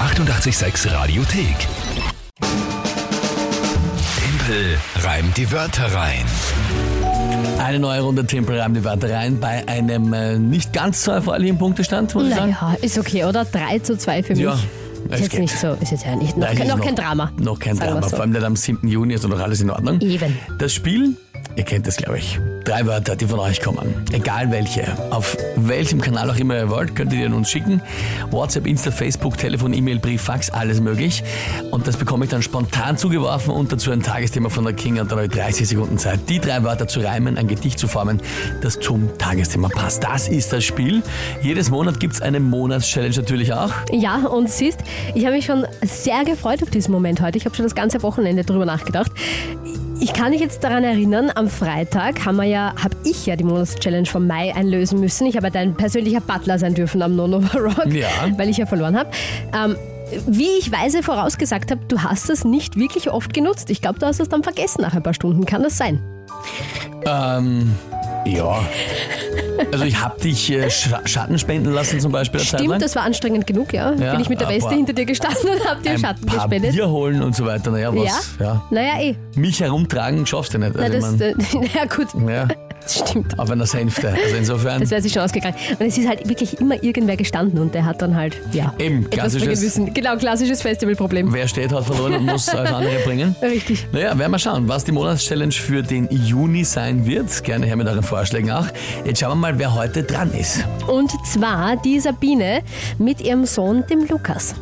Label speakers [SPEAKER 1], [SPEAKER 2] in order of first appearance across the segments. [SPEAKER 1] 886 Radiothek. Tempel reimt die Wörter rein.
[SPEAKER 2] Eine neue Runde Tempel reimt die Wörter rein bei einem äh, nicht ganz so erfreulichen Punktestand, muss ich sagen.
[SPEAKER 3] Naja, ist okay, oder? 3 zu 2 für mich.
[SPEAKER 2] Ja, es
[SPEAKER 3] ist jetzt
[SPEAKER 2] geht.
[SPEAKER 3] nicht so, ist jetzt ja nicht, noch,
[SPEAKER 2] Nein, es
[SPEAKER 3] kein-
[SPEAKER 2] ist
[SPEAKER 3] noch, kein Drama.
[SPEAKER 2] Noch kein
[SPEAKER 3] sagen wir
[SPEAKER 2] Drama.
[SPEAKER 3] So.
[SPEAKER 2] Vor allem dann am 7. Juni ist doch noch alles in Ordnung.
[SPEAKER 3] Eben.
[SPEAKER 2] Das Spiel, ihr kennt es, glaube ich. Drei Wörter, die von euch kommen. Egal welche. Auf welchem Kanal auch immer ihr wollt, könnt ihr die an uns schicken. WhatsApp, Insta, Facebook, Telefon, E-Mail, Brief, Fax, alles möglich. Und das bekomme ich dann spontan zugeworfen und dazu ein Tagesthema von der King und dann habe ich 30 Sekunden Zeit, die drei Wörter zu reimen, ein Gedicht zu formen, das zum Tagesthema passt. Das ist das Spiel. Jedes Monat gibt es eine Monatschallenge natürlich auch.
[SPEAKER 3] Ja, und siehst, ich habe mich schon sehr gefreut auf diesen Moment heute. Ich habe schon das ganze Wochenende drüber nachgedacht. Ich kann mich jetzt daran erinnern, am Freitag haben wir ja, habe ich ja die Monatschallenge vom Mai einlösen müssen. Ich habe ja dein persönlicher Butler sein dürfen am Nonova Rock,
[SPEAKER 2] Ja.
[SPEAKER 3] weil ich ja verloren habe. Ähm, wie ich weise vorausgesagt habe, du hast das nicht wirklich oft genutzt. Ich glaube, du hast das dann vergessen nach ein paar Stunden. Kann das sein?
[SPEAKER 2] Ähm, ja. Also ich hab dich äh, Scha Schatten spenden lassen zum Beispiel. eine Zeit lang.
[SPEAKER 3] Stimmt, das war anstrengend genug, ja.
[SPEAKER 2] Ja,
[SPEAKER 3] Bin ich mit der
[SPEAKER 2] aber-
[SPEAKER 3] Weste hinter dir gestanden und hab dir
[SPEAKER 2] ein
[SPEAKER 3] Schatten
[SPEAKER 2] paar
[SPEAKER 3] gespendet.
[SPEAKER 2] Bier holen und so weiter. Naja, was?
[SPEAKER 3] ja?
[SPEAKER 2] Ja.
[SPEAKER 3] Naja, eh.
[SPEAKER 2] Mich herumtragen schaffst du nicht.
[SPEAKER 3] Na,
[SPEAKER 2] Also
[SPEAKER 3] das,
[SPEAKER 2] ich
[SPEAKER 3] äh, naja, gut,
[SPEAKER 2] mein, ja,
[SPEAKER 3] das stimmt.
[SPEAKER 2] auf einer Sänfte. Also insofern.
[SPEAKER 3] Das wäre sich schon ausgegangen. Und es ist halt wirklich immer irgendwer gestanden und der hat dann halt, ja,
[SPEAKER 2] Eben,
[SPEAKER 3] etwas bringen
[SPEAKER 2] klassisches-
[SPEAKER 3] müssen. Genau, klassisches Festivalproblem.
[SPEAKER 2] Wer steht, hat verloren und muss als andere bringen.
[SPEAKER 3] Richtig.
[SPEAKER 2] Naja, werden wir schauen, was die Monatschallenge für den Juni sein wird. Gerne her mit euren Vorschlägen auch. Jetzt schauen wir mal, wer heute dran ist.
[SPEAKER 3] Und zwar die Sabine mit ihrem Sohn, dem Lukas.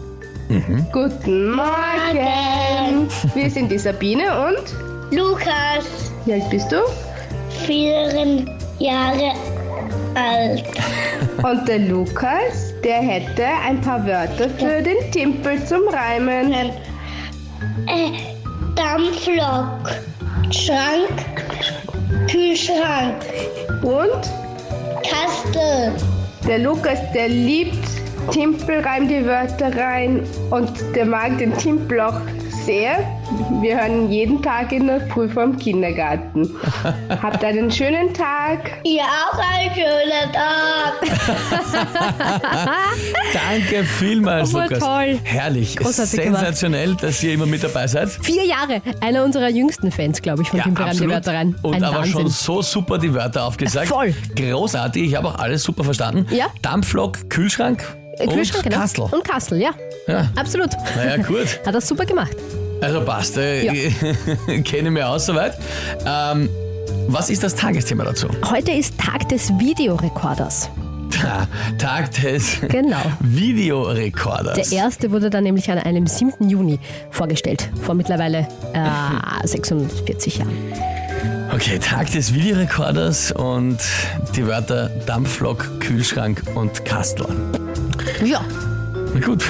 [SPEAKER 4] Guten Morgen! Wir sind die Sabine und
[SPEAKER 5] Lukas,
[SPEAKER 4] wie alt bist du?
[SPEAKER 5] vier Jahre alt.
[SPEAKER 4] Und der Lukas, der hätte ein paar Wörter für den Timpel zum Reimen.
[SPEAKER 5] Äh, Dampflok, Schrank, Kühlschrank,
[SPEAKER 4] Und
[SPEAKER 5] Kastel,
[SPEAKER 4] der Lukas, der liebt Timpel, reimt die Wörter rein und der mag den Timpel auch sehr. Wir hören ihn jeden Tag in der Prüfung im Kindergarten. Habt einen schönen Tag!
[SPEAKER 5] ihr auch einen schönen Tag.
[SPEAKER 2] Danke vielmals,
[SPEAKER 3] Oh,
[SPEAKER 2] Lukas.
[SPEAKER 3] toll.
[SPEAKER 2] Herrlich.
[SPEAKER 3] Großartig gemacht.
[SPEAKER 2] Sensationell, dass ihr immer mit dabei seid.
[SPEAKER 3] Vier Jahre, einer unserer jüngsten Fans, glaube ich, von Tim Peran, die
[SPEAKER 2] absolut.
[SPEAKER 3] Wörter rein.
[SPEAKER 2] Und
[SPEAKER 3] Ein
[SPEAKER 2] aber
[SPEAKER 3] Wahnsinn.
[SPEAKER 2] schon so super die Wörter aufgesagt.
[SPEAKER 3] Voll.
[SPEAKER 2] Großartig, ich habe auch alles super verstanden.
[SPEAKER 3] Ja.
[SPEAKER 2] Dampflok, Kühlschrank,
[SPEAKER 3] Äh, Kühlschrank,
[SPEAKER 2] und
[SPEAKER 3] genau.
[SPEAKER 2] Kastel.
[SPEAKER 3] Und Kassel, ja.
[SPEAKER 2] Ja.
[SPEAKER 3] Absolut.
[SPEAKER 2] Naja, gut.
[SPEAKER 3] Hat das super gemacht.
[SPEAKER 2] Also passt, äh, kenne mir aus soweit. Ähm, was ist das Tagesthema dazu?
[SPEAKER 3] Heute ist Tag des Videorekorders.
[SPEAKER 2] Ta- Tag des
[SPEAKER 3] Genau. Der
[SPEAKER 2] Videorekorders.
[SPEAKER 3] erste wurde dann nämlich an einem 7. Juni vorgestellt, vor mittlerweile äh, 46 Jahren.
[SPEAKER 2] Okay, Tag des Videorekorders und die Wörter Dampflok, Kühlschrank und Kastel.
[SPEAKER 3] Ja,
[SPEAKER 2] Na gut,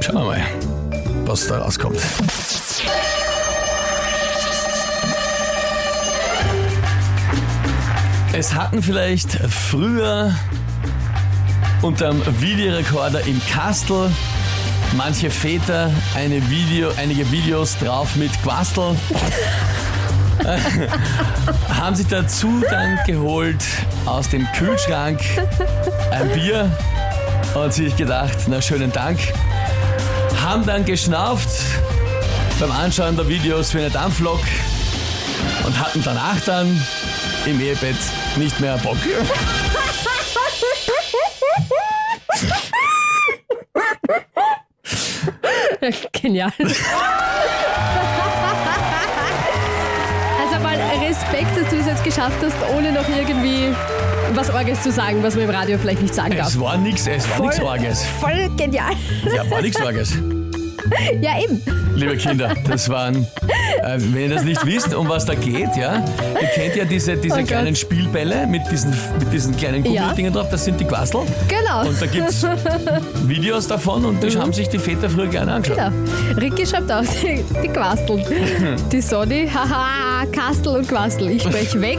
[SPEAKER 2] schauen wir mal, was da rauskommt. Es hatten vielleicht früher unterm Videorekorder im Kastel manche Väter eine Video, einige Videos drauf mit Quastel. Haben sich dazu dann geholt aus dem Kühlschrank ein Bier und sich gedacht, na schönen Dank. Haben dann geschnauft beim Anschauen der Videos für eine Dampflok und hatten danach dann im Ehebett nicht mehr Bock.
[SPEAKER 3] genial. also mal Respekt, dass du das jetzt geschafft hast, ohne noch irgendwie was Orges zu sagen, was man im Radio vielleicht nicht sagen darf.
[SPEAKER 2] Es war nix, es war nichts Orges.
[SPEAKER 3] Voll genial.
[SPEAKER 2] Ja, war nichts Orges.
[SPEAKER 3] Ja, eben.
[SPEAKER 2] Liebe Kinder, das waren, äh, wenn ihr das nicht wisst, um was da geht, ja, ihr kennt ja diese, diese
[SPEAKER 3] Oh Gott.
[SPEAKER 2] kleinen Spielbälle mit diesen, mit diesen kleinen
[SPEAKER 3] Ja.
[SPEAKER 2] Kugeldingen drauf, das sind die Quassel.
[SPEAKER 3] Genau.
[SPEAKER 2] Und da gibt's Videos davon und
[SPEAKER 3] Mhm.
[SPEAKER 2] das haben sich die Väter früher gerne angeschaut.
[SPEAKER 3] Ja, Ricky schreibt aus, die Quasteln. Die Sonny, haha, Kastel und Quastel. Ich brech weg.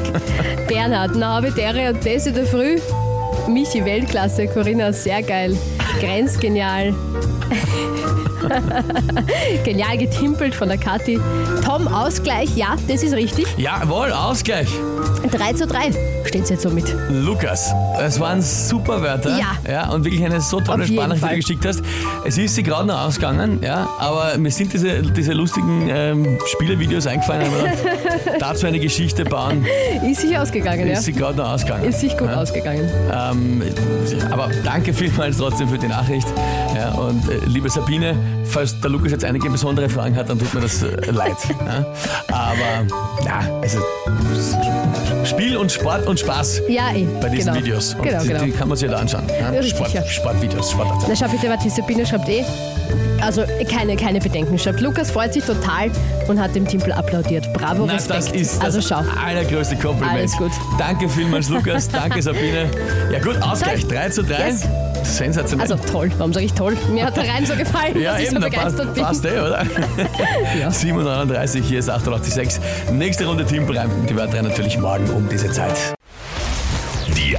[SPEAKER 3] Bernhard, na habe Tere und das in der Früh. Michi, Weltklasse. Corinna, sehr geil. Grenzgenial. Genial getimpelt von der Kathi. Tom, Ausgleich, ja, das ist richtig.
[SPEAKER 2] Jawohl, Ausgleich.
[SPEAKER 3] 3 zu 3. Steht's jetzt so mit.
[SPEAKER 2] Lukas, es waren super Wörter.
[SPEAKER 3] Ja.
[SPEAKER 2] ja und wirklich eine so tolle
[SPEAKER 3] Auf jeden
[SPEAKER 2] Spannung, die du
[SPEAKER 3] Fall.
[SPEAKER 2] geschickt hast. Es ist sie gerade noch ausgegangen, ja, aber mir sind diese, diese lustigen ähm, Spielevideos eingefallen. aber dazu eine Geschichte bauen,
[SPEAKER 3] Ist sich ausgegangen, ja.
[SPEAKER 2] ist sie gerade noch ausgegangen.
[SPEAKER 3] Ist sich gut
[SPEAKER 2] ja.
[SPEAKER 3] ausgegangen.
[SPEAKER 2] Ähm, aber danke vielmals trotzdem für die Nachricht. Ja, und äh, liebe Sabine, falls der Lukas jetzt einige besondere Fragen hat, dann tut mir das äh, leid. Ja? Aber ja, also Spiel und Sport und Spaß
[SPEAKER 3] Ja, eh.
[SPEAKER 2] bei diesen
[SPEAKER 3] genau.
[SPEAKER 2] Videos. Und
[SPEAKER 3] Genau,
[SPEAKER 2] die,
[SPEAKER 3] genau.
[SPEAKER 2] die kann man sich da anschauen. Ja?
[SPEAKER 3] richtig,
[SPEAKER 2] Sport,
[SPEAKER 3] ja.
[SPEAKER 2] Sportvideos, Sportarten.
[SPEAKER 3] Na, schau bitte, warte, Sabine schreibt eh. Also keine, keine Bedenken. Schreibt, Lukas freut sich total und hat dem Timpel applaudiert. Bravo,
[SPEAKER 2] Na,
[SPEAKER 3] Respekt.
[SPEAKER 2] das ist das
[SPEAKER 3] also schau.
[SPEAKER 2] allergrößte Kompliment.
[SPEAKER 3] Alles gut.
[SPEAKER 2] Danke vielmals, Lukas. Danke, Sabine. Ja gut, Ausgleich.
[SPEAKER 3] Toll.
[SPEAKER 2] 3 zu 3.
[SPEAKER 3] Yes.
[SPEAKER 2] Sensationell.
[SPEAKER 3] Also toll, warum sage ich toll? Mir hat der Reim so gefallen,
[SPEAKER 2] Ja,
[SPEAKER 3] dass ich
[SPEAKER 2] eben,
[SPEAKER 3] so
[SPEAKER 2] da
[SPEAKER 3] begeistert
[SPEAKER 2] passt, passt
[SPEAKER 3] bin.
[SPEAKER 2] eh, oder?
[SPEAKER 3] Ja.
[SPEAKER 2] 7.39, hier ist 886. Nächste Runde Team Prime. Die Wörter natürlich morgen um diese Zeit.
[SPEAKER 1] Die